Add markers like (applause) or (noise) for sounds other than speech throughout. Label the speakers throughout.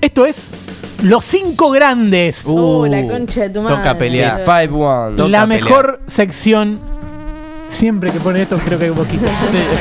Speaker 1: Esto es Los Cinco Grandes.
Speaker 2: Uh, la concha de tu madre.
Speaker 3: Toca pelear.
Speaker 2: boludo.
Speaker 4: Five One.
Speaker 3: Toca
Speaker 1: la
Speaker 3: pelear.
Speaker 1: mejor sección. Siempre que pone esto, creo que hay un
Speaker 4: (laughs)
Speaker 1: poquito.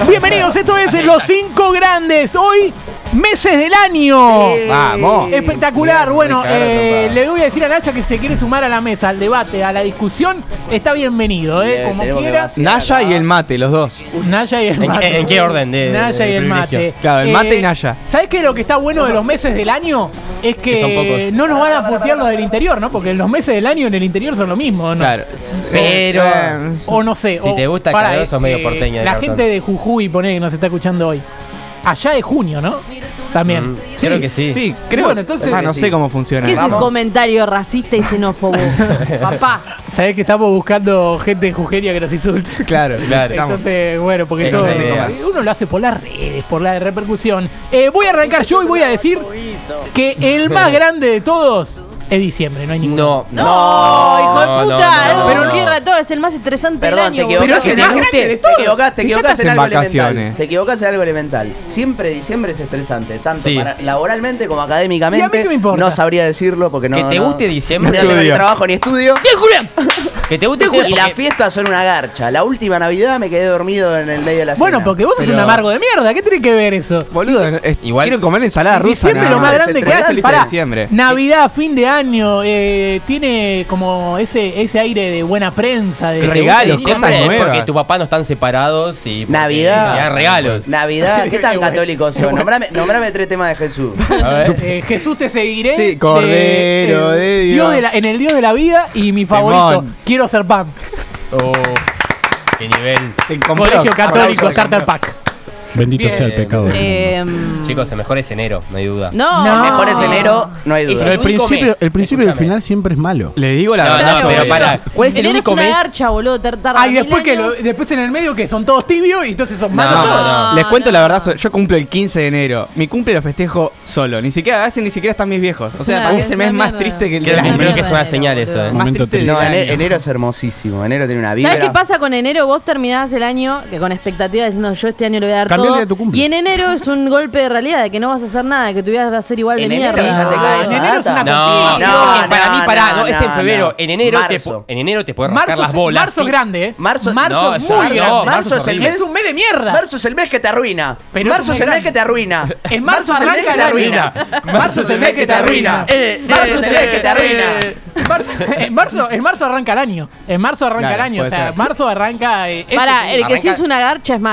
Speaker 1: Bienvenidos, esto es Los Cinco Grandes. Hoy, meses del año.
Speaker 3: Vamos.
Speaker 2: Eh,
Speaker 1: Espectacular.
Speaker 4: Bien,
Speaker 1: Bueno,
Speaker 4: me cagaron,
Speaker 1: eh,
Speaker 4: pa.
Speaker 1: le voy a decir a Nacha que si se quiere sumar a la mesa, al debate, a la discusión, está bienvenido, ¿eh?
Speaker 4: Bien,
Speaker 1: Como
Speaker 4: tenemos que
Speaker 1: quiera.
Speaker 4: vaciar.
Speaker 3: Naya y el mate, los dos.
Speaker 1: Naya y el
Speaker 5: ¿En,
Speaker 1: mate.
Speaker 5: qué- en qué orden de,
Speaker 1: Naya
Speaker 5: de
Speaker 1: y el mate. Eh,
Speaker 5: privilegio?
Speaker 3: Claro, el mate y Naya.
Speaker 1: ¿Sabes qué? Lo que está bueno de los meses del año es que,
Speaker 5: Que son pocos.
Speaker 1: no nos van a putear los del interior, ¿no? Porque los meses del año en el interior son lo mismo, ¿no?
Speaker 3: Claro.
Speaker 5: Pero-
Speaker 3: Eh,
Speaker 1: O no sé.
Speaker 5: Si
Speaker 1: o-
Speaker 5: te gusta el
Speaker 1: pará,
Speaker 5: calor, sos medio
Speaker 1: eh,
Speaker 5: porteño de
Speaker 1: La
Speaker 5: cartón.
Speaker 1: gente de Jujuy, pone que nos está escuchando hoy. Allá de junio, ¿no? También.
Speaker 5: Mm, creo que sí.
Speaker 3: Sí, creo.
Speaker 1: Bueno, entonces-
Speaker 3: Ah, no sé cómo funciona.
Speaker 2: ¿Qué es un
Speaker 3: Vamos.
Speaker 2: comentario racista y xenófobo?
Speaker 4: (laughs)
Speaker 2: Papá.
Speaker 1: Sabés que estamos buscando gente en Jujeria que nos
Speaker 5: (laughs)
Speaker 1: insulte.
Speaker 3: Claro, claro. estamos.
Speaker 1: Entonces, bueno, porque
Speaker 5: Es
Speaker 1: todo,
Speaker 5: una idea.
Speaker 1: uno lo hace por las redes, por la repercusión. Eh, voy a arrancar yo y voy a decir que el
Speaker 5: (laughs)
Speaker 1: más grande de todos es diciembre, no hay ninguno.
Speaker 2: No,
Speaker 5: No, no.
Speaker 2: hijo de
Speaker 5: no,
Speaker 2: puta.
Speaker 1: eh.
Speaker 5: no,
Speaker 2: Edu,
Speaker 5: pero no.
Speaker 2: cierra todo, es el más estresante
Speaker 4: Perdón, te
Speaker 2: del año. boludo.
Speaker 3: Pero
Speaker 4: equivocás,
Speaker 3: es
Speaker 4: en
Speaker 3: el
Speaker 4: algo-
Speaker 3: más grande de
Speaker 4: te equivocás, te
Speaker 3: Si ya
Speaker 4: equivocás
Speaker 3: estás
Speaker 4: en
Speaker 3: en
Speaker 4: algo elemental.
Speaker 3: vacaciones.
Speaker 4: Te equivocás en algo elemental. Siempre diciembre es estresante, tanto
Speaker 5: Sí.
Speaker 4: para- laboralmente como
Speaker 1: ¿Y a mí
Speaker 4: académicamente.
Speaker 1: qué me importa?
Speaker 4: No sabría decirlo porque no.
Speaker 5: Que te
Speaker 4: no-
Speaker 5: guste diciembre.
Speaker 4: No tengo ni
Speaker 3: Estudio.
Speaker 4: trabajo ni estudio.
Speaker 5: ¡Bien, Julián! Que te guste
Speaker 4: Y las fiestas son una garcha. La última Navidad me quedé dormido en el medio de la cena.
Speaker 1: Bueno, porque vos sos
Speaker 5: Pero-
Speaker 1: un amargo de mierda, ¿qué tiene que ver eso?
Speaker 3: Boludo, es-
Speaker 5: Igual-
Speaker 3: quiero comer ensalada rusa.
Speaker 1: Diciembre
Speaker 3: nada
Speaker 1: lo más
Speaker 3: más.
Speaker 1: grande que
Speaker 4: Ese
Speaker 1: hace,
Speaker 3: treinta
Speaker 1: pará,
Speaker 3: de diciembre.
Speaker 1: Navidad, fin de año, eh, tiene como ese, ese aire de buena prensa, de
Speaker 3: Regalos,
Speaker 5: diciembre
Speaker 3: cosas
Speaker 5: es Porque
Speaker 3: nuevas.
Speaker 5: tus papás no están separados y. porque
Speaker 4: Navidad.
Speaker 5: te dan regalos.
Speaker 4: Navidad, ¿qué tan católicos son? Nombrame, nombrame tres temas de Jesús.
Speaker 5: A ver.
Speaker 1: Eh, Jesús te seguiré.
Speaker 3: Sí, Cordero
Speaker 1: eh,
Speaker 3: de Dios.
Speaker 1: de la- en el Dios de la vida y mi favorito,
Speaker 3: Temón.
Speaker 1: quiero ser pan.
Speaker 5: Oh, qué nivel.
Speaker 3: Te compró.
Speaker 1: Colegio Católico
Speaker 3: Aplausos.
Speaker 1: Starter Pack.
Speaker 6: Bendito
Speaker 5: Bien.
Speaker 6: sea el pecado.
Speaker 2: Eh,
Speaker 5: Chicos, el mejor es enero, no hay duda.
Speaker 2: no,
Speaker 1: No.
Speaker 4: Mejor es enero, no hay
Speaker 5: Es
Speaker 4: duda.
Speaker 5: el
Speaker 6: El
Speaker 5: único
Speaker 6: principio,
Speaker 5: mes.
Speaker 6: el principio y el
Speaker 5: Escúchame.
Speaker 6: final siempre es malo.
Speaker 3: Le digo la
Speaker 5: No,
Speaker 3: verdad.
Speaker 5: no, pero
Speaker 3: sobre-
Speaker 5: pará. ¿Cuál es el
Speaker 2: enero
Speaker 5: único
Speaker 2: es una
Speaker 5: mes?
Speaker 2: garcha, boludo. tar- tarda
Speaker 1: Ah, y después
Speaker 2: mil
Speaker 1: que lo-
Speaker 2: años.
Speaker 1: después en el medio que son todos tibios y entonces son malos
Speaker 5: No,
Speaker 1: todos.
Speaker 5: no.
Speaker 3: Les cuento
Speaker 2: no.
Speaker 3: la verdad, so- yo cumplo el 15 de enero. Mi cumple lo festejo solo. Ni siquiera, a veces ni siquiera están mis viejos. O sea,
Speaker 2: Nah,
Speaker 3: para mí
Speaker 2: que
Speaker 3: ese
Speaker 2: sea
Speaker 3: mes es más
Speaker 2: mierda.
Speaker 3: triste que el
Speaker 5: Creo
Speaker 3: de
Speaker 5: que-
Speaker 3: la
Speaker 5: creo que
Speaker 2: mierda
Speaker 5: es una
Speaker 2: de
Speaker 5: señal
Speaker 2: enero,
Speaker 5: eso, eh.
Speaker 3: más
Speaker 6: Momento
Speaker 3: triste del
Speaker 4: No,
Speaker 6: triste.
Speaker 3: año.
Speaker 4: ene- enero es hermosísimo. Enero tiene una vibra.
Speaker 2: ¿Sabes qué pasa con enero? Vos terminás el año que con expectativa diciendo yo este año le voy a dar
Speaker 6: Cambiá el
Speaker 2: todo.
Speaker 6: día de tu cumple.
Speaker 2: Y en enero es un golpe de realidad de que no vas a hacer nada, que tu vida va a ser igual de
Speaker 4: En
Speaker 2: mierda.
Speaker 4: enero ya te
Speaker 1: Ah,
Speaker 4: cae
Speaker 1: en
Speaker 4: esa
Speaker 1: enero es
Speaker 4: data.
Speaker 1: una
Speaker 5: No,
Speaker 1: No,
Speaker 5: porque
Speaker 4: no,
Speaker 5: para mí,
Speaker 4: no,
Speaker 5: pará, no, es en
Speaker 4: no,
Speaker 5: febrero.
Speaker 4: no.
Speaker 5: En enero te
Speaker 4: Marzo.
Speaker 5: pu- en enero te puedes rascar
Speaker 1: Marzo,
Speaker 5: las
Speaker 1: es-
Speaker 5: bolas.
Speaker 1: marzo es
Speaker 5: sí.
Speaker 1: grande, ¿eh?
Speaker 4: Marzo-
Speaker 5: No,
Speaker 1: es
Speaker 5: eso-
Speaker 1: muy grande.
Speaker 5: no,
Speaker 4: marzo es el
Speaker 5: horrible.
Speaker 4: mes-
Speaker 1: Es un mes de mierda.
Speaker 4: Marzo es el mes que te arruina.
Speaker 1: Pero
Speaker 4: marzo
Speaker 1: es
Speaker 4: es el mes
Speaker 1: grande.
Speaker 4: que te arruina.
Speaker 1: (laughs) En marzo arranca el año. Marzo es el mes que te arruina.
Speaker 4: Eh, Marzo es el mes que te arruina.
Speaker 1: eh, Marzo- en, marzo, en marzo arranca el año. En marzo arranca
Speaker 3: Claro,
Speaker 1: el año. O
Speaker 3: puede
Speaker 1: sea,
Speaker 3: ser.
Speaker 1: marzo arranca. eh, este-
Speaker 2: Para, el que
Speaker 5: Arranca-
Speaker 2: sí es una garcha es mayo.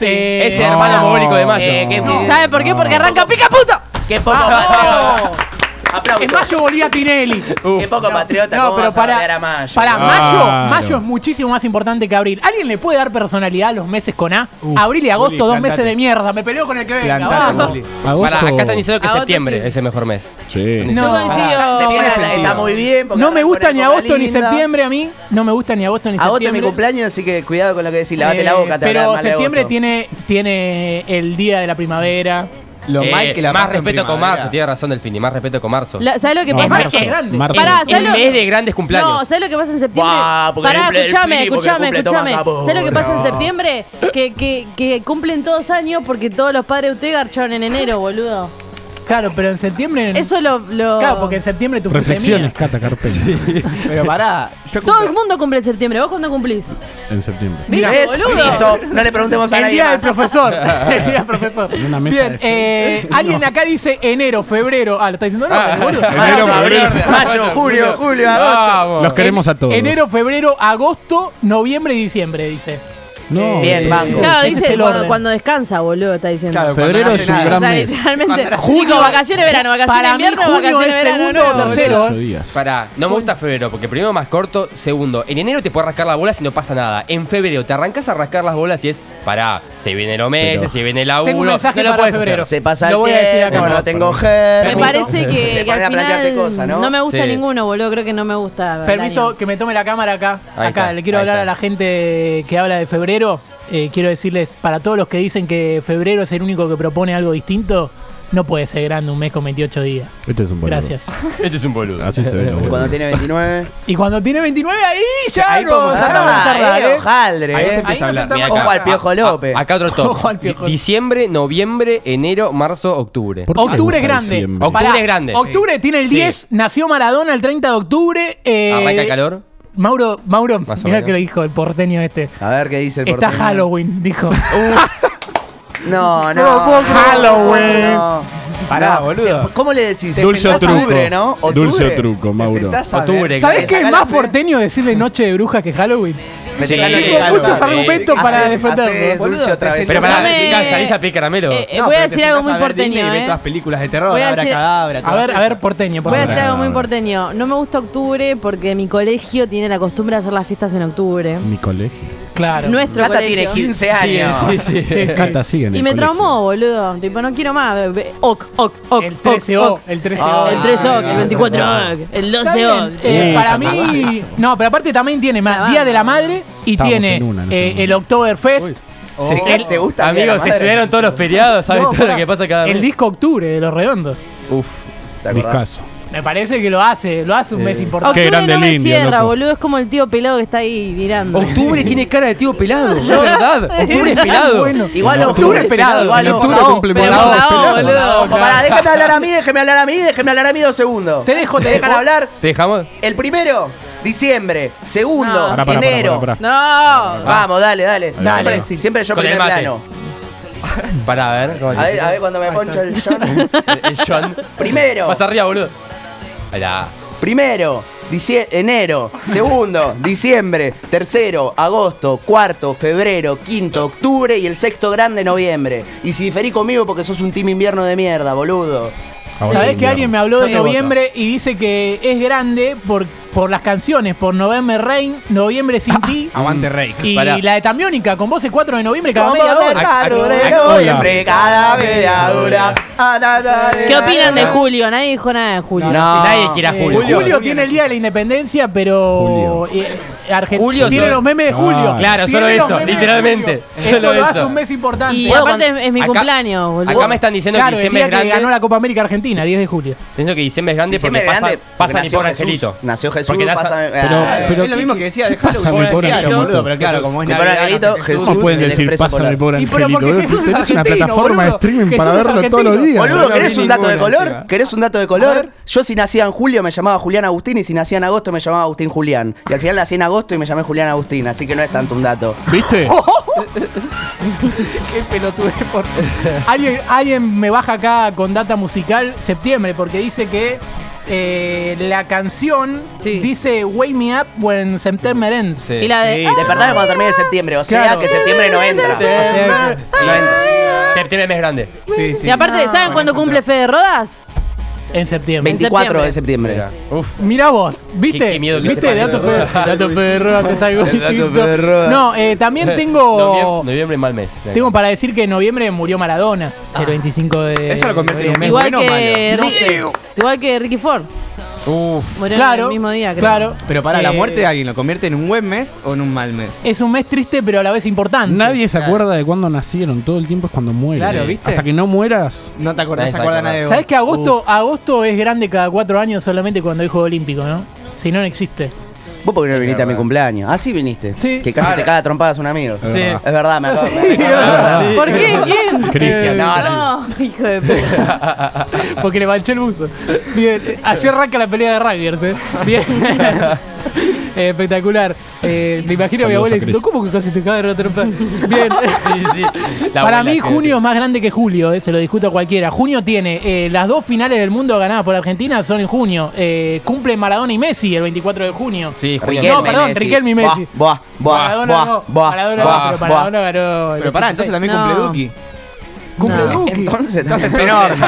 Speaker 1: eh,
Speaker 5: Ese hermano bólico de mayo.
Speaker 4: Eh, qué
Speaker 2: ¿Sabes
Speaker 4: No.
Speaker 2: por qué? Porque arranca pica puta.
Speaker 4: Qué poco
Speaker 1: ¡Vamos!
Speaker 4: patriota. Aplausos.
Speaker 1: En mayo volvía Tinelli.
Speaker 4: Qué poco patriota.
Speaker 1: No,
Speaker 4: ¿Cómo
Speaker 1: pero
Speaker 4: vas a bardear
Speaker 1: para,
Speaker 4: a mayo?
Speaker 1: para
Speaker 4: No.
Speaker 1: mayo,
Speaker 6: Claro.
Speaker 1: mayo es muchísimo más importante que abril. ¿Alguien le puede dar personalidad a los meses con A?
Speaker 6: Uf,
Speaker 1: abril y agosto,
Speaker 3: Juli,
Speaker 1: dos
Speaker 3: plantate.
Speaker 1: meses de mierda. Me peleo con el que venga.
Speaker 3: Plantate,
Speaker 1: vamos.
Speaker 3: Juli.
Speaker 6: Agosto.
Speaker 5: Pará, acá están diciendo que
Speaker 2: Agosto
Speaker 5: septiembre
Speaker 2: sí.
Speaker 5: es el mejor mes.
Speaker 6: Sí.
Speaker 5: No.
Speaker 2: Yo coincido.
Speaker 4: Se pone-
Speaker 3: sentido.
Speaker 4: Está muy bien. porque
Speaker 1: No me
Speaker 4: arranca
Speaker 1: gusta
Speaker 4: una
Speaker 1: ni
Speaker 4: época
Speaker 1: agosto ni
Speaker 4: linda.
Speaker 1: septiembre a mí. No me gusta ni agosto ni
Speaker 4: Agosto es mi
Speaker 1: septiembre.
Speaker 4: cumpleaños, así que cuidado con lo que decís. Lavate la
Speaker 1: Eh,
Speaker 4: boca. te habrá
Speaker 1: pero
Speaker 4: mal de
Speaker 1: septiembre
Speaker 4: agosto.
Speaker 1: tiene, tiene el día de la primavera.
Speaker 3: Lo
Speaker 5: Eh,
Speaker 3: mal que la
Speaker 5: más
Speaker 3: paso en
Speaker 5: respeto con
Speaker 3: primavera.
Speaker 5: marzo, tiene razón Delfini, más respeto con marzo.
Speaker 2: La- ¿Sabes lo que
Speaker 6: No,
Speaker 2: pasa?
Speaker 6: marzo.
Speaker 1: Es grande.
Speaker 6: Marzo.
Speaker 2: Pará,
Speaker 5: el
Speaker 2: ¿sabes lo-
Speaker 5: mes de grandes cumpleaños.
Speaker 2: No, ¿sabes lo que pasa en septiembre?
Speaker 4: Buah, porque
Speaker 2: Pará,
Speaker 4: cumple el
Speaker 2: escuchame,
Speaker 4: Fili, porque
Speaker 2: escuchame,
Speaker 4: cumple Tomás
Speaker 2: escuchame.
Speaker 4: Capone.
Speaker 2: ¿Sabes lo que pasa en septiembre? Que, que, que cumplen todos años porque todos los padres de usted garcharon en enero, boludo.
Speaker 1: Claro, pero en septiembre.
Speaker 2: Eso lo. lo-
Speaker 1: Claro, porque en septiembre tu
Speaker 6: Reflexiones, Cata Carpena.
Speaker 3: Pero pará, yo
Speaker 2: Todo el
Speaker 3: cumplo-
Speaker 2: mundo cumple en septiembre. ¿Vos cuándo cumplís?
Speaker 6: En septiembre.
Speaker 2: Mira,
Speaker 4: ¿Ves?
Speaker 2: boludo.
Speaker 4: Listo, no le preguntemos a
Speaker 1: El
Speaker 4: nadie
Speaker 1: día del
Speaker 4: más.
Speaker 1: profesor. El día del profesor.
Speaker 6: En una mesa
Speaker 1: Bien,
Speaker 6: de seis.
Speaker 1: eh, alguien acá dice enero, febrero. Ah, lo está diciendo no, boludo.
Speaker 4: Marzo,
Speaker 3: Enero,
Speaker 4: abril,
Speaker 3: febrero.
Speaker 4: mayo, julio, julio, agosto.
Speaker 5: Vamos.
Speaker 6: Los queremos a todos.
Speaker 1: Enero, febrero, agosto, noviembre y diciembre, dice.
Speaker 6: No.
Speaker 4: Bien,
Speaker 6: eh,
Speaker 4: banco.
Speaker 2: Claro,
Speaker 1: Ese es
Speaker 2: dice
Speaker 1: el
Speaker 2: cuando,
Speaker 1: orden.
Speaker 2: cuando descansa, boludo, está diciendo.
Speaker 3: Claro, cuando
Speaker 6: Febrero
Speaker 3: no
Speaker 6: es
Speaker 3: hace
Speaker 6: un
Speaker 3: nada.
Speaker 2: O
Speaker 6: gran
Speaker 2: sea,
Speaker 6: mes.
Speaker 2: literalmente.
Speaker 1: Junio-
Speaker 2: digo, vacaciones verano, vacaciones
Speaker 1: Para mí,
Speaker 2: invierno,
Speaker 1: junio
Speaker 2: vacaciones
Speaker 1: es
Speaker 2: verano.
Speaker 1: segundo o
Speaker 2: nuevo,
Speaker 1: tercero.
Speaker 2: boludo.
Speaker 6: Ocho días.
Speaker 5: Pará, no me gusta febrero porque primero más corto, segundo, en enero te puedes rascar las bolas y no pasa nada. En febrero te arrancas a rascar las bolas y es, pará, se vienen los meses,
Speaker 6: Pero-
Speaker 5: se viene el laburo,
Speaker 1: Tengo un mensaje
Speaker 5: no lo
Speaker 1: para
Speaker 5: puedes
Speaker 1: febrero.
Speaker 5: hacer.
Speaker 4: Se pasa
Speaker 1: Lo
Speaker 4: el
Speaker 1: voy a decir acá.
Speaker 4: tiempo, no
Speaker 5: No,
Speaker 4: tengo
Speaker 2: Me
Speaker 4: germen.
Speaker 2: parece
Speaker 4: Te (laughs)
Speaker 2: que, que
Speaker 4: pones a
Speaker 2: al
Speaker 4: plantearte
Speaker 2: final
Speaker 4: cosas, ¿no?
Speaker 2: me gusta
Speaker 5: Sí.
Speaker 2: ninguno, boludo. Creo que no me gusta.
Speaker 1: Permiso que me tome la cámara acá.
Speaker 5: Ahí
Speaker 1: acá,
Speaker 5: está,
Speaker 1: le quiero
Speaker 5: ahí
Speaker 1: hablar
Speaker 5: está.
Speaker 1: a la gente que habla de febrero. Eh, quiero decirles, para todos los que dicen que febrero es el único que propone algo distinto, No puede ser grande un mes con 28 días.
Speaker 6: Este es un boludo.
Speaker 1: Gracias.
Speaker 5: Este es un boludo.
Speaker 6: Así se ve.
Speaker 4: Cuando tiene 29.
Speaker 1: Y cuando tiene 29, ahí ya
Speaker 3: Ahí
Speaker 1: lo
Speaker 3: podemos
Speaker 1: sacamos
Speaker 3: hablar.
Speaker 1: a tardar,
Speaker 4: Ah, eh,
Speaker 1: ¿eh?
Speaker 4: hojaldre,
Speaker 3: Ahí
Speaker 4: eh.
Speaker 3: se empieza a hablar.
Speaker 5: Mirá
Speaker 4: Ojo al Piojo López.
Speaker 5: a- acá otro
Speaker 1: Ojo al
Speaker 5: top.
Speaker 1: Piojo.
Speaker 5: Di- Diciembre, noviembre, enero, marzo, octubre.
Speaker 6: ¿Por qué les gusta
Speaker 1: Octubre es grande.
Speaker 6: diciembre?
Speaker 5: Octubre
Speaker 1: Pará,
Speaker 5: es grande.
Speaker 1: Octubre tiene el
Speaker 5: Sí. Ah,
Speaker 1: 10, nació Maradona el 30 de octubre. eh,
Speaker 5: Arranca el calor.
Speaker 1: Mauro, Mauro,
Speaker 5: Más o
Speaker 1: mirá
Speaker 5: menos.
Speaker 1: que lo dijo el porteño este.
Speaker 4: A ver qué dice el
Speaker 1: Está
Speaker 4: porteño.
Speaker 1: Halloween,
Speaker 5: (laughs)
Speaker 1: dijo.
Speaker 4: No, no.
Speaker 1: No puedo creer. Halloween.
Speaker 4: No.
Speaker 3: Pará,
Speaker 4: No,
Speaker 3: boludo.
Speaker 4: se- ¿Cómo le decís? ¿Te
Speaker 6: Dulce o
Speaker 4: sentás a
Speaker 6: truco.
Speaker 4: Octubre, ¿no?
Speaker 6: Dulce o
Speaker 4: ¿Octubre?
Speaker 6: truco,
Speaker 4: ¿Te
Speaker 6: Mauro.
Speaker 4: sentás a ver?
Speaker 5: Octubre,
Speaker 1: ¿Sabés qué es
Speaker 4: Sacala,
Speaker 1: más
Speaker 4: sí.
Speaker 1: porteño decirle noche de brujas que Halloween?
Speaker 4: Me
Speaker 5: Sí.
Speaker 4: tenés
Speaker 5: Tengo
Speaker 4: que dar
Speaker 5: muchos
Speaker 4: algo.
Speaker 1: argumentos
Speaker 4: Sí.
Speaker 1: para
Speaker 4: Hacés-
Speaker 1: defenderlo.
Speaker 4: hacés Dulce
Speaker 3: Boludo,
Speaker 4: otra vez.
Speaker 5: Pero
Speaker 3: Pero
Speaker 5: pará,
Speaker 2: Dame-
Speaker 5: chicas, salís a pedir caramelo.
Speaker 2: Eh, eh,
Speaker 3: No,
Speaker 2: voy a
Speaker 3: pero te
Speaker 2: decir algo
Speaker 3: sentás
Speaker 2: muy
Speaker 3: a ver Disney
Speaker 2: porteño.
Speaker 3: y ves
Speaker 2: eh.
Speaker 3: todas películas de terror,
Speaker 2: Voy a
Speaker 3: Abra
Speaker 2: decir-
Speaker 3: Cadabra,
Speaker 1: A
Speaker 3: todas
Speaker 1: ver, a
Speaker 3: esas.
Speaker 1: ver, porteño, por
Speaker 2: Voy a
Speaker 1: favor.
Speaker 2: hacer algo muy porteño. No me gusta octubre porque mi colegio tiene la costumbre de hacer las fiestas en octubre.
Speaker 6: Mi colegio.
Speaker 1: Claro.
Speaker 2: Nuestro
Speaker 4: Cata
Speaker 2: colegio.
Speaker 4: tiene 15 años.
Speaker 1: Sí, sí.
Speaker 6: Cata sigue en el
Speaker 2: Y me
Speaker 6: colegio.
Speaker 2: traumó, boludo. Tipo, no quiero más. Be- be- Ok, ok, ok.
Speaker 1: El 13 o,
Speaker 2: ok.
Speaker 1: el 13
Speaker 4: Ah,
Speaker 1: o.
Speaker 2: El 3 ok,
Speaker 4: Ah,
Speaker 2: el 24 ok, el
Speaker 1: Está
Speaker 2: 12 ok.
Speaker 1: bien, eh,
Speaker 6: Uh,
Speaker 1: para
Speaker 6: está
Speaker 1: mí. No, pero aparte también tiene más Día de la Madre y
Speaker 6: Estábamos
Speaker 1: tiene
Speaker 6: en una, no
Speaker 1: eh,
Speaker 6: sé, no.
Speaker 1: el Oktoberfest.
Speaker 4: Oh,
Speaker 5: Sí.
Speaker 1: El-
Speaker 4: ¿Te gusta? Mira,
Speaker 5: Amigos,
Speaker 4: la
Speaker 5: se
Speaker 4: madre.
Speaker 5: estudiaron todos los feriados, ¿sabes
Speaker 1: No,
Speaker 5: todo lo
Speaker 1: pará,
Speaker 5: que pasa cada
Speaker 1: El
Speaker 5: mes?
Speaker 1: disco Octubre de Los Redondos.
Speaker 5: Uf.
Speaker 4: ¿Te acordás?
Speaker 6: Discaso.
Speaker 1: Me parece que lo hace, lo
Speaker 5: Eh,
Speaker 1: hace un mes
Speaker 2: Octubre
Speaker 1: importante.
Speaker 6: Qué grande
Speaker 2: no me
Speaker 6: el indio,
Speaker 2: cierra,
Speaker 6: loco.
Speaker 2: boludo. Es como el tío pelado que está ahí mirando.
Speaker 5: Octubre tiene cara de tío (laughs) pelado, es verdad. Octubre es pelado.
Speaker 1: Bueno.
Speaker 4: Igual
Speaker 1: Octubre
Speaker 4: octubre
Speaker 1: es pelado,
Speaker 4: Igual
Speaker 1: en
Speaker 4: octubre
Speaker 1: octubre
Speaker 4: cumple.
Speaker 1: cumple-
Speaker 2: Pero
Speaker 1: Pelado,
Speaker 2: por favor,
Speaker 1: pelado,
Speaker 2: boludo.
Speaker 1: pelado.
Speaker 4: Pará, déjame hablar a mí, déjame hablar a mí, déjame hablar a mí dos segundos.
Speaker 1: Te dejo, te
Speaker 4: dejan
Speaker 1: dejo.
Speaker 4: hablar.
Speaker 5: ¿Te dejamos?
Speaker 4: El primero, diciembre.
Speaker 2: No.
Speaker 4: Segundo,
Speaker 6: Pará, pará, pará,
Speaker 4: enero.
Speaker 6: pará, pará.
Speaker 2: No.
Speaker 4: Vamos, dale, dale.
Speaker 1: Dale.
Speaker 4: Siempre-
Speaker 1: Sí.
Speaker 4: Siempre yo
Speaker 5: Con el
Speaker 4: primer
Speaker 5: mate.
Speaker 4: plano.
Speaker 5: Pará, a ver. ¿cómo
Speaker 4: A ver, a ver cuando me poncho el
Speaker 5: (laughs)
Speaker 4: short.
Speaker 5: El- el John.
Speaker 4: Primero.
Speaker 5: Más arriba, boludo. Allá.
Speaker 4: Primero, dicie- enero. Segundo, diciembre. Tercero, agosto. Cuarto, febrero. Quinto, octubre. Y el sexto grande, noviembre. Y si diferí conmigo porque sos un team invierno de mierda, boludo.
Speaker 6: Ahora
Speaker 1: Sabés
Speaker 6: en
Speaker 1: que
Speaker 6: invierno.
Speaker 1: alguien me habló de
Speaker 6: Nadie vota.
Speaker 1: noviembre y dice que es grande por, por las canciones, por Noviembre Rain, Noviembre sin ti
Speaker 3: Aguante Rey.
Speaker 1: y
Speaker 5: Ah, Pará.
Speaker 1: la de Tambiónica con voces 4 de noviembre cada
Speaker 4: Como
Speaker 1: media
Speaker 4: de
Speaker 1: hora.
Speaker 4: calor
Speaker 5: ac-
Speaker 4: de
Speaker 5: ac-
Speaker 4: noviembre, cada media hora. Ah, na, na, na,
Speaker 2: ¿Qué
Speaker 4: na,
Speaker 2: opinan de
Speaker 4: na.
Speaker 2: Julio? Nadie dijo nada de Julio.
Speaker 4: No.
Speaker 5: Si nadie quiere a
Speaker 1: Eh,
Speaker 5: Ah, Julio.
Speaker 1: Julio, tiene el día de la independencia, pero
Speaker 6: Julio.
Speaker 1: Argentina
Speaker 5: Julio
Speaker 1: tiene
Speaker 5: solo-
Speaker 1: los memes de
Speaker 6: Ah.
Speaker 1: Julio.
Speaker 5: Claro,
Speaker 1: Tiene
Speaker 5: solo
Speaker 1: los
Speaker 5: eso,
Speaker 1: memes de
Speaker 5: literalmente.
Speaker 1: Julio.
Speaker 5: Solo
Speaker 1: Eso lo hace
Speaker 5: eso.
Speaker 1: un mes importante.
Speaker 2: Y
Speaker 4: ¿Puedo
Speaker 2: aparte
Speaker 4: con-
Speaker 2: es, es mi
Speaker 5: Acá-
Speaker 2: cumpleaños, boludo.
Speaker 5: Acá me están diciendo
Speaker 1: claro,
Speaker 5: que
Speaker 1: el
Speaker 5: diciembre
Speaker 1: día
Speaker 5: es grande.
Speaker 1: que ganó la Copa América Argentina, 10 de julio.
Speaker 5: Pienso que diciembre es grande
Speaker 4: Diciembre
Speaker 5: porque
Speaker 4: grande,
Speaker 5: pasa,
Speaker 4: porque
Speaker 5: pasa mi
Speaker 4: nació
Speaker 5: pobre
Speaker 4: Jesús.
Speaker 5: angelito.
Speaker 4: Nació Jesús,
Speaker 5: Porque
Speaker 4: pasa-
Speaker 5: pasa,
Speaker 4: ah,
Speaker 6: Pero-
Speaker 3: es lo mismo que decía, dejalo
Speaker 6: Pasa mi
Speaker 5: Pobre
Speaker 6: pobre
Speaker 5: angelito,
Speaker 6: angelito.
Speaker 3: boludo, pero claro, como es
Speaker 4: Mi pobre
Speaker 3: Navidad,
Speaker 4: angelito,
Speaker 3: no sé,
Speaker 4: Jesús.
Speaker 6: ¿Cómo pueden
Speaker 4: el
Speaker 6: decir
Speaker 4: expreso
Speaker 6: pasa
Speaker 4: polar.
Speaker 6: mi pobre
Speaker 1: Y pero
Speaker 6: angelito?
Speaker 1: porque
Speaker 6: boludo?
Speaker 1: Jesús es
Speaker 6: Tenés una
Speaker 1: argentino,
Speaker 6: plataforma de
Speaker 1: boludo.
Speaker 6: streaming
Speaker 1: Jesús
Speaker 6: para
Speaker 1: es
Speaker 6: verlo todos los
Speaker 1: argentino.
Speaker 6: días.
Speaker 4: Boludo,
Speaker 3: no
Speaker 4: ¿querés
Speaker 3: vi
Speaker 4: un dato de
Speaker 3: ninguna
Speaker 4: color?
Speaker 3: encima.
Speaker 4: ¿Querés un dato de
Speaker 1: A
Speaker 4: color?
Speaker 1: ver.
Speaker 4: Yo si nacía en julio me llamaba Julián Agustín y si nacía en agosto me llamaba Agustín Julián. Y al final nací en agosto y me llamé Julián Agustín, así que no es tanto un dato.
Speaker 6: ¿Viste?
Speaker 1: Oh,
Speaker 3: Qué pelotude por.
Speaker 1: Alguien, alguien me baja acá con data musical septiembre porque dice que eh, la canción
Speaker 2: Sí.
Speaker 1: dice Wake Me Up When September Ends.
Speaker 5: Sí.
Speaker 2: Y la de.
Speaker 4: Y despertame cuando termine septiembre, o sea
Speaker 1: Claro.
Speaker 4: que septiembre no entra.
Speaker 1: O sea,
Speaker 4: No entra.
Speaker 5: Septiembre es mes grande.
Speaker 3: Sí, sí.
Speaker 2: Y aparte, ¿saben cuándo cumple Fede Rodas?
Speaker 1: en septiembre.
Speaker 4: 24 de septiembre.
Speaker 5: Mira. Uf.
Speaker 1: Mirá vos, ¿viste?
Speaker 5: Qué- qué miedo que
Speaker 1: ¿Viste?
Speaker 5: sepa
Speaker 1: De
Speaker 5: que
Speaker 1: dato
Speaker 5: lo-
Speaker 1: Fede-
Speaker 5: (laughs)
Speaker 1: dato Fede Roda, que está algo
Speaker 4: El dato
Speaker 1: distinto.
Speaker 4: Fede Roda.
Speaker 1: No, eh, también
Speaker 5: Noviem-
Speaker 1: tengo
Speaker 5: Noviembre es mal mes.
Speaker 1: tengo para decir que en noviembre murió Maradona,
Speaker 5: Ah.
Speaker 1: el 25 de
Speaker 3: Eso lo convierte en un mes
Speaker 2: Igual
Speaker 3: bueno o
Speaker 2: que,
Speaker 3: malo.
Speaker 2: Ricky, igual que Ricky Ford.
Speaker 3: Uf.
Speaker 2: Murieron
Speaker 1: Claro.
Speaker 2: el mismo día, creo.
Speaker 1: Claro.
Speaker 3: Pero para, ¿la
Speaker 1: Eh,
Speaker 3: muerte de alguien lo convierte en un buen mes o en un mal mes?
Speaker 1: es un mes triste, pero a la vez importante.
Speaker 6: Nadie se acuerda de cuándo nacieron, todo el tiempo es cuando mueren.
Speaker 3: Claro, ¿viste?
Speaker 6: Hasta que no mueras.
Speaker 3: No te acordás,
Speaker 5: Nadie
Speaker 3: se
Speaker 5: sabe
Speaker 3: acuerda
Speaker 5: acordar.
Speaker 3: nadie de
Speaker 1: ¿Sabes
Speaker 3: vos.
Speaker 1: que agosto, agosto es grande cada cuatro años solamente cuando hay Juego Olímpico, no? Si no, no existe.
Speaker 4: Vos porque no viniste a mi
Speaker 5: verdad.
Speaker 4: trompadas Ah, sí viniste.
Speaker 1: Sí.
Speaker 4: Que casi te caga a trompadas un amigo.
Speaker 5: Sí.
Speaker 4: Es verdad, me acuerdo.
Speaker 2: ¿Por qué?
Speaker 1: (laughs)
Speaker 2: ¿Quién?
Speaker 6: Cristian.
Speaker 4: No, no.
Speaker 2: No, hijo de puta.
Speaker 1: Porque le manché el buzo. Bien, eh, así arranca la pelea de Rugbyers, ¿eh? Bien. Eh, espectacular. Eh, me imagino a mi
Speaker 6: Saludos
Speaker 1: abuela
Speaker 6: a
Speaker 1: diciendo,
Speaker 6: Cris.
Speaker 1: ¿cómo que casi te cae de trompar? Bien.
Speaker 5: Sí, sí. La
Speaker 1: Para
Speaker 5: abuela
Speaker 1: mí,
Speaker 5: que-
Speaker 1: junio es más grande que julio, eh, se lo discuto a cualquiera. Junio tiene eh, las dos finales del mundo ganadas por Argentina, son en junio. Eh, cumple Maradona y Messi el 24 de junio.
Speaker 5: Sí, junio.
Speaker 1: No, perdón, Riquelme y Messi.
Speaker 4: Buah, buah,
Speaker 1: Maradona
Speaker 4: buah,
Speaker 1: no,
Speaker 4: buah,
Speaker 1: Maradona
Speaker 4: buah,
Speaker 1: no, pero
Speaker 4: buah.
Speaker 1: Maradona ganó. el
Speaker 3: Pero pará,
Speaker 1: 86.
Speaker 3: entonces también
Speaker 2: No.
Speaker 3: cumple Duki.
Speaker 1: Cumple
Speaker 2: No.
Speaker 1: Duki.
Speaker 4: Entonces,
Speaker 3: Entonces
Speaker 4: entonces
Speaker 3: es enorme.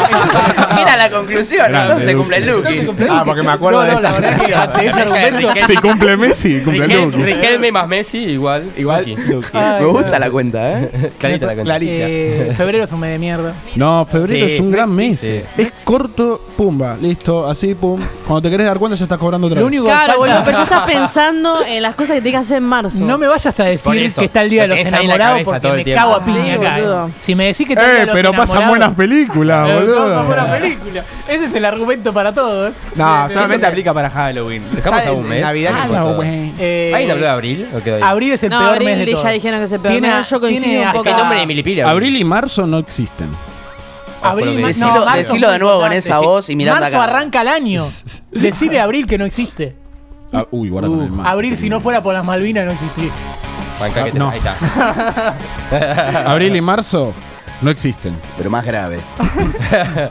Speaker 1: (laughs)
Speaker 4: Era la conclusión,
Speaker 6: Grande,
Speaker 4: entonces
Speaker 6: Duki.
Speaker 4: cumple el Lucky.
Speaker 1: Entonces, cumple
Speaker 3: Ah,
Speaker 1: Duki.
Speaker 3: porque me acuerdo
Speaker 1: No,
Speaker 3: de
Speaker 1: no, la
Speaker 3: esa.
Speaker 1: verdad que ante ese argumento-
Speaker 5: Riquelme-
Speaker 6: cumple Messi,
Speaker 5: Riquelme- Riquelme más Messi, igual.
Speaker 3: Igual.
Speaker 5: Duki.
Speaker 3: Duki.
Speaker 1: Ay,
Speaker 4: Me
Speaker 1: no.
Speaker 4: gusta la cuenta, ¿eh?
Speaker 5: Clarita la cuenta.
Speaker 1: Eh, febrero es un mes de mierda.
Speaker 6: No, febrero
Speaker 5: Sí,
Speaker 6: es un gran
Speaker 5: sí,
Speaker 6: mes.
Speaker 5: sí.
Speaker 6: Es corto, pumba, listo, así, pum. Cuando te querés dar cuenta ya estás cobrando otra
Speaker 1: Lo
Speaker 6: vez.
Speaker 1: único
Speaker 2: Claro,
Speaker 1: que
Speaker 2: boludo,
Speaker 1: falta-
Speaker 2: pero yo estaba pensando en las cosas que tenés que hacer en marzo.
Speaker 1: No me vayas a
Speaker 5: Por
Speaker 1: decir
Speaker 5: eso,
Speaker 1: que está el día de
Speaker 5: lo
Speaker 1: los
Speaker 5: tenés ahí en la
Speaker 1: enamorados
Speaker 5: cabeza
Speaker 1: porque
Speaker 5: todo el
Speaker 1: me
Speaker 5: tiempo.
Speaker 1: cago a piña
Speaker 2: Sí,
Speaker 1: acá.
Speaker 2: boludo.
Speaker 1: eh. Si me decís que está el día a
Speaker 6: sé,
Speaker 1: los
Speaker 6: pero pasan
Speaker 1: enamorados.
Speaker 6: buenas películas,
Speaker 1: Eh, no,
Speaker 6: boludo.
Speaker 1: fue buena película. Ese es el argumento para todo. ¿eh?
Speaker 3: No,
Speaker 1: Sí,
Speaker 3: solamente
Speaker 1: sí,
Speaker 3: aplica para Halloween.
Speaker 5: Dejamos
Speaker 3: Ya
Speaker 5: a un
Speaker 3: en
Speaker 5: mes.
Speaker 3: Navidad
Speaker 5: Ah,
Speaker 3: no importa.
Speaker 5: no, bueno.
Speaker 1: Eh,
Speaker 5: ¿Alguien habló de abril? ¿O quedó ahí?
Speaker 1: Abril es el
Speaker 2: No,
Speaker 1: peor
Speaker 2: abril
Speaker 1: mes de
Speaker 2: ya
Speaker 1: todo.
Speaker 2: dijeron que es el peor mes, yo coincido
Speaker 1: tiene
Speaker 2: un poco.
Speaker 1: hasta-
Speaker 5: ¿Qué nombre de Milipira?
Speaker 6: Abril y marzo no existen.
Speaker 1: Abril,
Speaker 5: Decilo-
Speaker 1: marzo-
Speaker 4: Decilo,
Speaker 1: marzo es
Speaker 4: decilo
Speaker 1: muy
Speaker 4: de nuevo con
Speaker 1: importante.
Speaker 4: esa voz y mirando
Speaker 1: Marzo
Speaker 4: acá.
Speaker 1: arranca el año. Decirle a Abril que no existe.
Speaker 6: Ah, uy, guarda con el mar.
Speaker 1: Abril, si no fuera por las Malvinas, no existiría.
Speaker 5: Banca que te-
Speaker 6: No.
Speaker 5: Ahí está.
Speaker 6: (laughs) Abril y marzo no existen.
Speaker 4: Pero
Speaker 1: (laughs)
Speaker 4: más grave.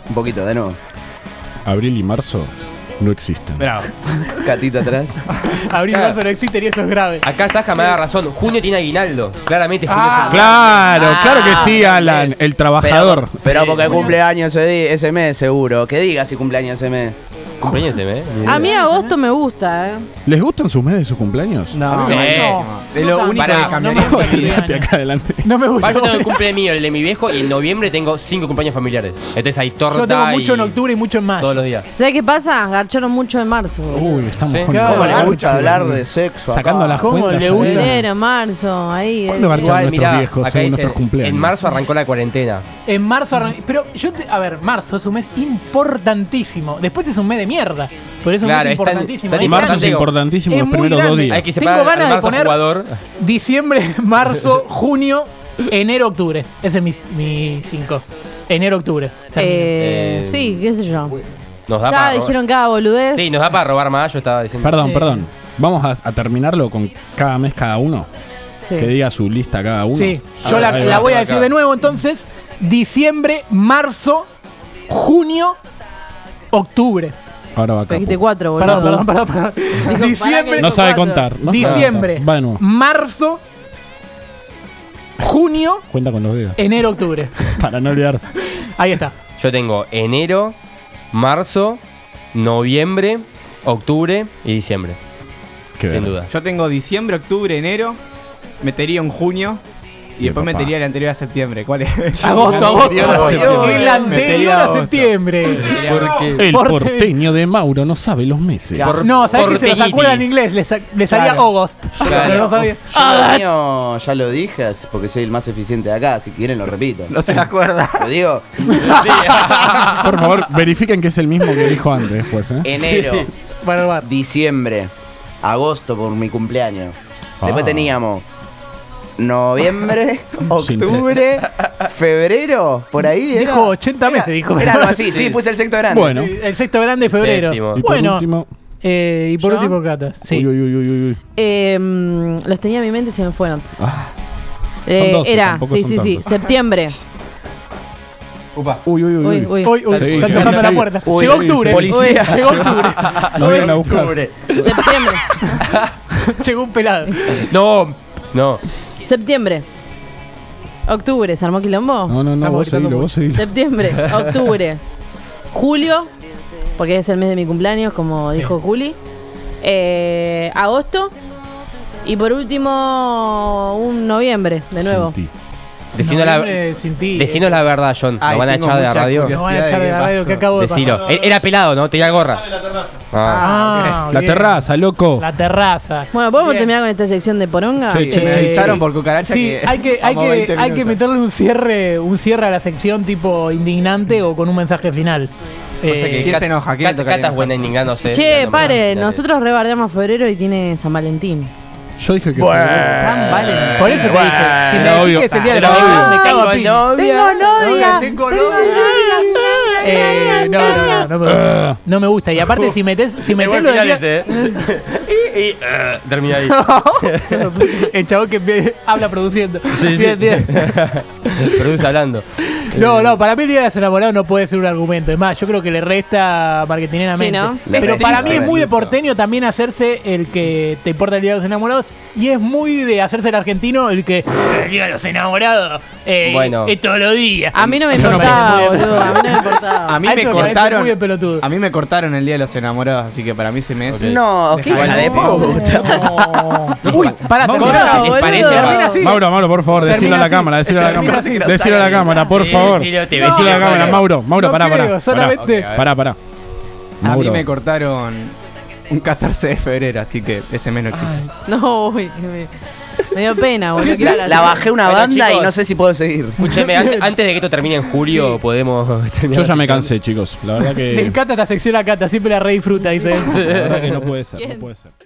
Speaker 4: Un poquito, de nuevo.
Speaker 6: Abril y marzo no existen.
Speaker 3: Bravo.
Speaker 4: Catita atrás.
Speaker 1: Abril,
Speaker 5: Claro.
Speaker 1: marzo no existe y eso es grave.
Speaker 5: Acá Saja me da razón. Junio tiene aguinaldo. Claramente junio
Speaker 1: Ah,
Speaker 5: es el-
Speaker 6: Claro,
Speaker 5: Ah,
Speaker 6: claro que sí,
Speaker 5: ¿entendés?
Speaker 6: Alan, el trabajador.
Speaker 4: Pero porque cumple años ese, di- ese mes, seguro. Que diga si cumple años ese mes.
Speaker 5: Cumpléñense, ¿eh?
Speaker 2: A mí agosto me gusta, ¿eh?
Speaker 6: ¿Les gustan sus meses de sus cumpleaños?
Speaker 3: No,
Speaker 5: Sí.
Speaker 3: Es lo único
Speaker 5: Pará,
Speaker 3: que cambiaría.
Speaker 1: no me-
Speaker 6: (laughs) Olvídate acá adelante.
Speaker 1: No me
Speaker 5: Va,
Speaker 1: gusta.
Speaker 5: Yo tengo el cumple mío, el de mi viejo, y en noviembre tengo cinco cumpleaños familiares. Entonces hay torta
Speaker 1: Yo tengo
Speaker 5: y-
Speaker 1: mucho en octubre y mucho en mayo.
Speaker 5: Todos los días.
Speaker 2: ¿Sabes qué pasa? Garcharon mucho en marzo.
Speaker 1: Uh,
Speaker 6: Uy, estamos
Speaker 5: Sí.
Speaker 6: con
Speaker 1: ¿Cómo
Speaker 4: ¿Cómo le
Speaker 1: Garche,
Speaker 4: gusta hablar de sexo?
Speaker 6: Sacando las
Speaker 1: ¿Cómo
Speaker 6: cuentas.
Speaker 1: le
Speaker 6: ahí.
Speaker 1: gusta?
Speaker 2: Febrero, marzo, ahí. eh,
Speaker 6: ¿Cuándo
Speaker 2: ahí,
Speaker 6: garcharon?
Speaker 2: ahí.
Speaker 6: nuestros viejos, según nuestros cumpleaños.
Speaker 5: en marzo arrancó la cuarentena.
Speaker 1: En marzo arranca. Pero yo. te- A ver, marzo es un mes importantísimo. Después es un mes de mierda. Pero es un
Speaker 5: Claro,
Speaker 1: mes
Speaker 5: es tan-
Speaker 1: importantísimo.
Speaker 5: tan
Speaker 1: Hay
Speaker 6: Marzo es
Speaker 1: grandes-
Speaker 5: Digo,
Speaker 6: importantísimo
Speaker 1: es
Speaker 6: los
Speaker 1: muy
Speaker 6: primeros dos
Speaker 1: grande.
Speaker 6: días.
Speaker 5: Hay que
Speaker 1: Tengo
Speaker 5: separar al
Speaker 1: ganas de
Speaker 5: marzo
Speaker 1: poner-
Speaker 5: jugador.
Speaker 1: Diciembre, (laughs) marzo, junio, enero, octubre. Ese es mi, mi cinco. Enero, octubre.
Speaker 2: Eh,
Speaker 5: Eh,
Speaker 2: sí, qué sé yo.
Speaker 5: Nos da
Speaker 2: Ya
Speaker 5: para
Speaker 2: dijeron
Speaker 5: robar.
Speaker 2: cada boludez.
Speaker 5: Sí, nos da para robar más, yo estaba diciendo.
Speaker 6: Perdón,
Speaker 2: Sí.
Speaker 6: perdón. Vamos a, a terminarlo con cada mes cada uno.
Speaker 2: Sí.
Speaker 6: Que diga su lista cada uno.
Speaker 1: Sí,
Speaker 6: A
Speaker 1: yo
Speaker 6: ver,
Speaker 1: la,
Speaker 6: ahí
Speaker 1: la
Speaker 6: va.
Speaker 1: voy a
Speaker 5: Acá.
Speaker 1: decir de nuevo entonces. Diciembre, marzo, junio, octubre.
Speaker 6: Ahora va acá.
Speaker 2: 24, boludo.
Speaker 1: Perdón, perdón, perdón, perdón.
Speaker 2: Dijo, pará que
Speaker 1: Diciembre,
Speaker 6: No sabe
Speaker 2: Cuatro.
Speaker 6: contar. no sabe
Speaker 1: diciembre,
Speaker 6: contar. Va de nuevo.
Speaker 1: marzo, junio,
Speaker 6: Cuenta con los dedos.
Speaker 1: enero, octubre.
Speaker 6: (laughs) Para no olvidarse.
Speaker 1: Ahí
Speaker 6: (laughs)
Speaker 1: está.
Speaker 5: Yo tengo enero, marzo, noviembre, octubre y diciembre.
Speaker 6: Qué
Speaker 5: sin
Speaker 6: verga.
Speaker 5: duda.
Speaker 3: Yo tengo diciembre, octubre, enero. Metería un junio. Y
Speaker 6: Mi
Speaker 3: después
Speaker 6: papá.
Speaker 3: metería el anterior a septiembre.
Speaker 1: (laughs)
Speaker 3: ¿Cuál es?
Speaker 1: Agosto, agosto.
Speaker 3: Metería a septiembre.
Speaker 1: El anterior
Speaker 3: Metería
Speaker 1: a
Speaker 3: agosto.
Speaker 1: septiembre. (laughs)
Speaker 5: Porque Porque
Speaker 6: El
Speaker 1: Porte-
Speaker 6: porteño de Mauro no sabe los meses.
Speaker 4: Claor-
Speaker 1: No, ¿sabés que se lo sacó
Speaker 5: Porteñitis.
Speaker 1: en inglés? Le, sa- le salía
Speaker 3: Claro.
Speaker 6: (laughs)
Speaker 1: August.
Speaker 5: Claro.
Speaker 1: Pero no sabía. Ah,
Speaker 4: Yo lo mío, ya lo dije, porque soy el más eficiente de acá. Si quieren, lo repito.
Speaker 3: No se acuerda.
Speaker 4: Lo digo,
Speaker 6: Por favor, verifiquen que es el mismo que dijo antes después, ¿eh?
Speaker 4: enero,
Speaker 1: Bueno, va.
Speaker 4: diciembre, agosto por mi cumpleaños. Después
Speaker 6: Ah.
Speaker 4: teníamos noviembre, octubre, febrero, por ahí. era-
Speaker 1: Dijo 80 meses, dijo. (laughs)
Speaker 4: Era algo así, sí, puse el sexto grande.
Speaker 6: Bueno.
Speaker 1: Sí, El sexto grande de febrero.
Speaker 5: Séptimo.
Speaker 6: Y por
Speaker 1: Bueno,
Speaker 6: último.
Speaker 1: eh, y por
Speaker 2: ¿Yo?
Speaker 1: último, Catas. Sí.
Speaker 6: Uy, uy, uy, uy, uy.
Speaker 2: Eh, mm, los tenía en mi mente y se me fueron.
Speaker 6: Ah.
Speaker 2: Eh,
Speaker 6: 12,
Speaker 2: era,
Speaker 6: tampoco
Speaker 2: sí,
Speaker 6: son
Speaker 2: sí, sí.
Speaker 1: (laughs)
Speaker 6: tantos.
Speaker 2: Septiembre.
Speaker 6: Uy, uy, uy, uy.
Speaker 2: Uy, uy.
Speaker 1: Uy, uy,
Speaker 6: Sí,
Speaker 1: están
Speaker 6: sí,
Speaker 1: tocando
Speaker 6: sí.
Speaker 1: la puerta.
Speaker 6: Uy,
Speaker 1: llegó
Speaker 6: sí,
Speaker 1: octubre.
Speaker 6: sí.
Speaker 1: Policía. Llegó
Speaker 6: (laughs)
Speaker 1: octubre.
Speaker 6: Nos vienen a buscar.
Speaker 2: Septiembre.
Speaker 1: llegó un pelado.
Speaker 5: No, no.
Speaker 2: Septiembre. Octubre, ¿se armó quilombo?
Speaker 6: No, no, no,
Speaker 1: Estamos
Speaker 6: vos
Speaker 1: gritando
Speaker 6: seguilo, vos seguilo.
Speaker 2: Septiembre, octubre, julio, porque es el mes de mi cumpleaños, como
Speaker 1: Sí.
Speaker 2: dijo Juli. Eh, agosto. Y por último, un noviembre, de nuevo.
Speaker 6: Sentí.
Speaker 5: Decinos la,
Speaker 1: Noviembre sin ti.
Speaker 5: decinos la verdad, John. Nos
Speaker 3: Ay,
Speaker 5: van a
Speaker 3: tengo
Speaker 5: echar de la
Speaker 3: mucha
Speaker 5: radio.
Speaker 1: Nos van a echar de la radio que
Speaker 3: ¿Qué
Speaker 1: acabo de pasar.
Speaker 5: Decilo. E- Era pelado, ¿no? Tenía gorra. Ah.
Speaker 1: Ah,
Speaker 6: La
Speaker 1: bien.
Speaker 6: terraza, loco.
Speaker 1: La terraza.
Speaker 2: Bueno, ¿podemos
Speaker 1: Bien.
Speaker 2: terminar con esta sección de poronga?
Speaker 6: Sí,
Speaker 1: che,
Speaker 3: Me
Speaker 1: Eh,
Speaker 3: avisaron por cucaracha
Speaker 1: Sí,
Speaker 3: que
Speaker 1: hay
Speaker 3: (laughs)
Speaker 1: que, hay
Speaker 3: vamos
Speaker 1: que,
Speaker 3: 20
Speaker 1: hay que
Speaker 3: minutos.
Speaker 1: meterle un cierre, un cierre a la sección tipo indignante o con un mensaje final.
Speaker 5: Pasa
Speaker 1: Eh,
Speaker 5: que
Speaker 3: ¿quién
Speaker 5: Cat-
Speaker 3: se enoja? ¿Quién
Speaker 5: Cat-
Speaker 3: toca
Speaker 5: Cata es
Speaker 3: enojarse?
Speaker 5: buena indignándose.
Speaker 2: Che,
Speaker 5: Dale,
Speaker 2: pare,
Speaker 5: dale.
Speaker 2: nosotros rebardeamos febrero y tiene San Valentín.
Speaker 6: Yo dije que.
Speaker 4: Bueno.
Speaker 1: Por eso te dije,
Speaker 4: Ah,
Speaker 1: si me
Speaker 6: Era
Speaker 1: decís
Speaker 6: obvio.
Speaker 1: que es el día de
Speaker 6: Era
Speaker 1: la
Speaker 6: obvio.
Speaker 1: novia, me cago a
Speaker 5: Tengo
Speaker 1: piña.
Speaker 5: novia.
Speaker 1: Tengo novia. Eh, no, no, no, no me, no me gusta. Y aparte, si metes, si
Speaker 5: Me voy
Speaker 1: metés
Speaker 5: al
Speaker 1: lo del
Speaker 5: final
Speaker 1: día-
Speaker 5: ese. (laughs) Y, y, eh, termina ahí.
Speaker 1: (laughs) El chabón que empie- habla produciendo.
Speaker 5: Sí, sí.
Speaker 1: Bien, bien.
Speaker 5: Produce hablando.
Speaker 1: (laughs) No, no, para mí el día de los enamorados no puede ser un argumento. Es más, yo creo que le resta marketineramente.
Speaker 2: Sí, ¿no?
Speaker 4: Le
Speaker 1: Pero
Speaker 4: resta.
Speaker 1: para mí es muy de
Speaker 4: Resta.
Speaker 1: porteño también hacerse el que te importa el día de los enamorados. Y es muy de hacerse el argentino el que. El día de los enamorados. Eh,
Speaker 5: Bueno.
Speaker 1: Es todos los días.
Speaker 2: A mí no me
Speaker 1: Yo no me
Speaker 2: importaba,
Speaker 1: parece muy
Speaker 2: boludo. A mí no me importaba.
Speaker 3: A mí
Speaker 1: Eso
Speaker 3: me
Speaker 1: me parece
Speaker 3: cortaron.
Speaker 1: muy de pelotudo.
Speaker 3: A mí me cortaron el día de los enamorados, así que para mí se me es.
Speaker 4: No, qué hija de puta.
Speaker 1: (laughs) No. Uy, pará,
Speaker 3: Mauro,
Speaker 1: termina
Speaker 5: ¿les
Speaker 1: así.
Speaker 5: parece?
Speaker 1: Termina así.
Speaker 6: Mauro, Mauro, por favor,
Speaker 1: Termina
Speaker 6: decilo a la
Speaker 1: así.
Speaker 6: cámara, decilo a la
Speaker 1: Termina
Speaker 6: cámara.
Speaker 1: así.
Speaker 6: Decilo a la cámara, por
Speaker 5: Sí,
Speaker 6: favor.
Speaker 5: decilo, te
Speaker 6: Decilo a la
Speaker 5: besilo
Speaker 6: cámara,
Speaker 5: solo.
Speaker 6: Mauro, Mauro,
Speaker 1: No
Speaker 6: pará,
Speaker 1: creo,
Speaker 6: pará.
Speaker 1: solamente-
Speaker 6: Pará, Pará, pará.
Speaker 3: A mí
Speaker 6: Mauro.
Speaker 3: me cortaron un 14 de febrero, así que ese mes no existe.
Speaker 2: No, uy, qué me- Me dio pena, boludo. ¿qué
Speaker 4: La,
Speaker 2: tal?
Speaker 4: la bajé una
Speaker 5: Bueno,
Speaker 4: banda y
Speaker 5: chicos.
Speaker 4: no sé si puedo seguir.
Speaker 5: Escúcheme, an- antes de que esto termine en julio, podemos terminar.
Speaker 6: Yo
Speaker 5: la
Speaker 6: ya me
Speaker 5: sesión.
Speaker 6: cansé, chicos. La verdad
Speaker 1: Le
Speaker 6: que,
Speaker 2: (laughs)
Speaker 1: encanta esta sección a Cata, siempre la re disfruta, dice.
Speaker 6: la verdad que no puede ser, no puede ser.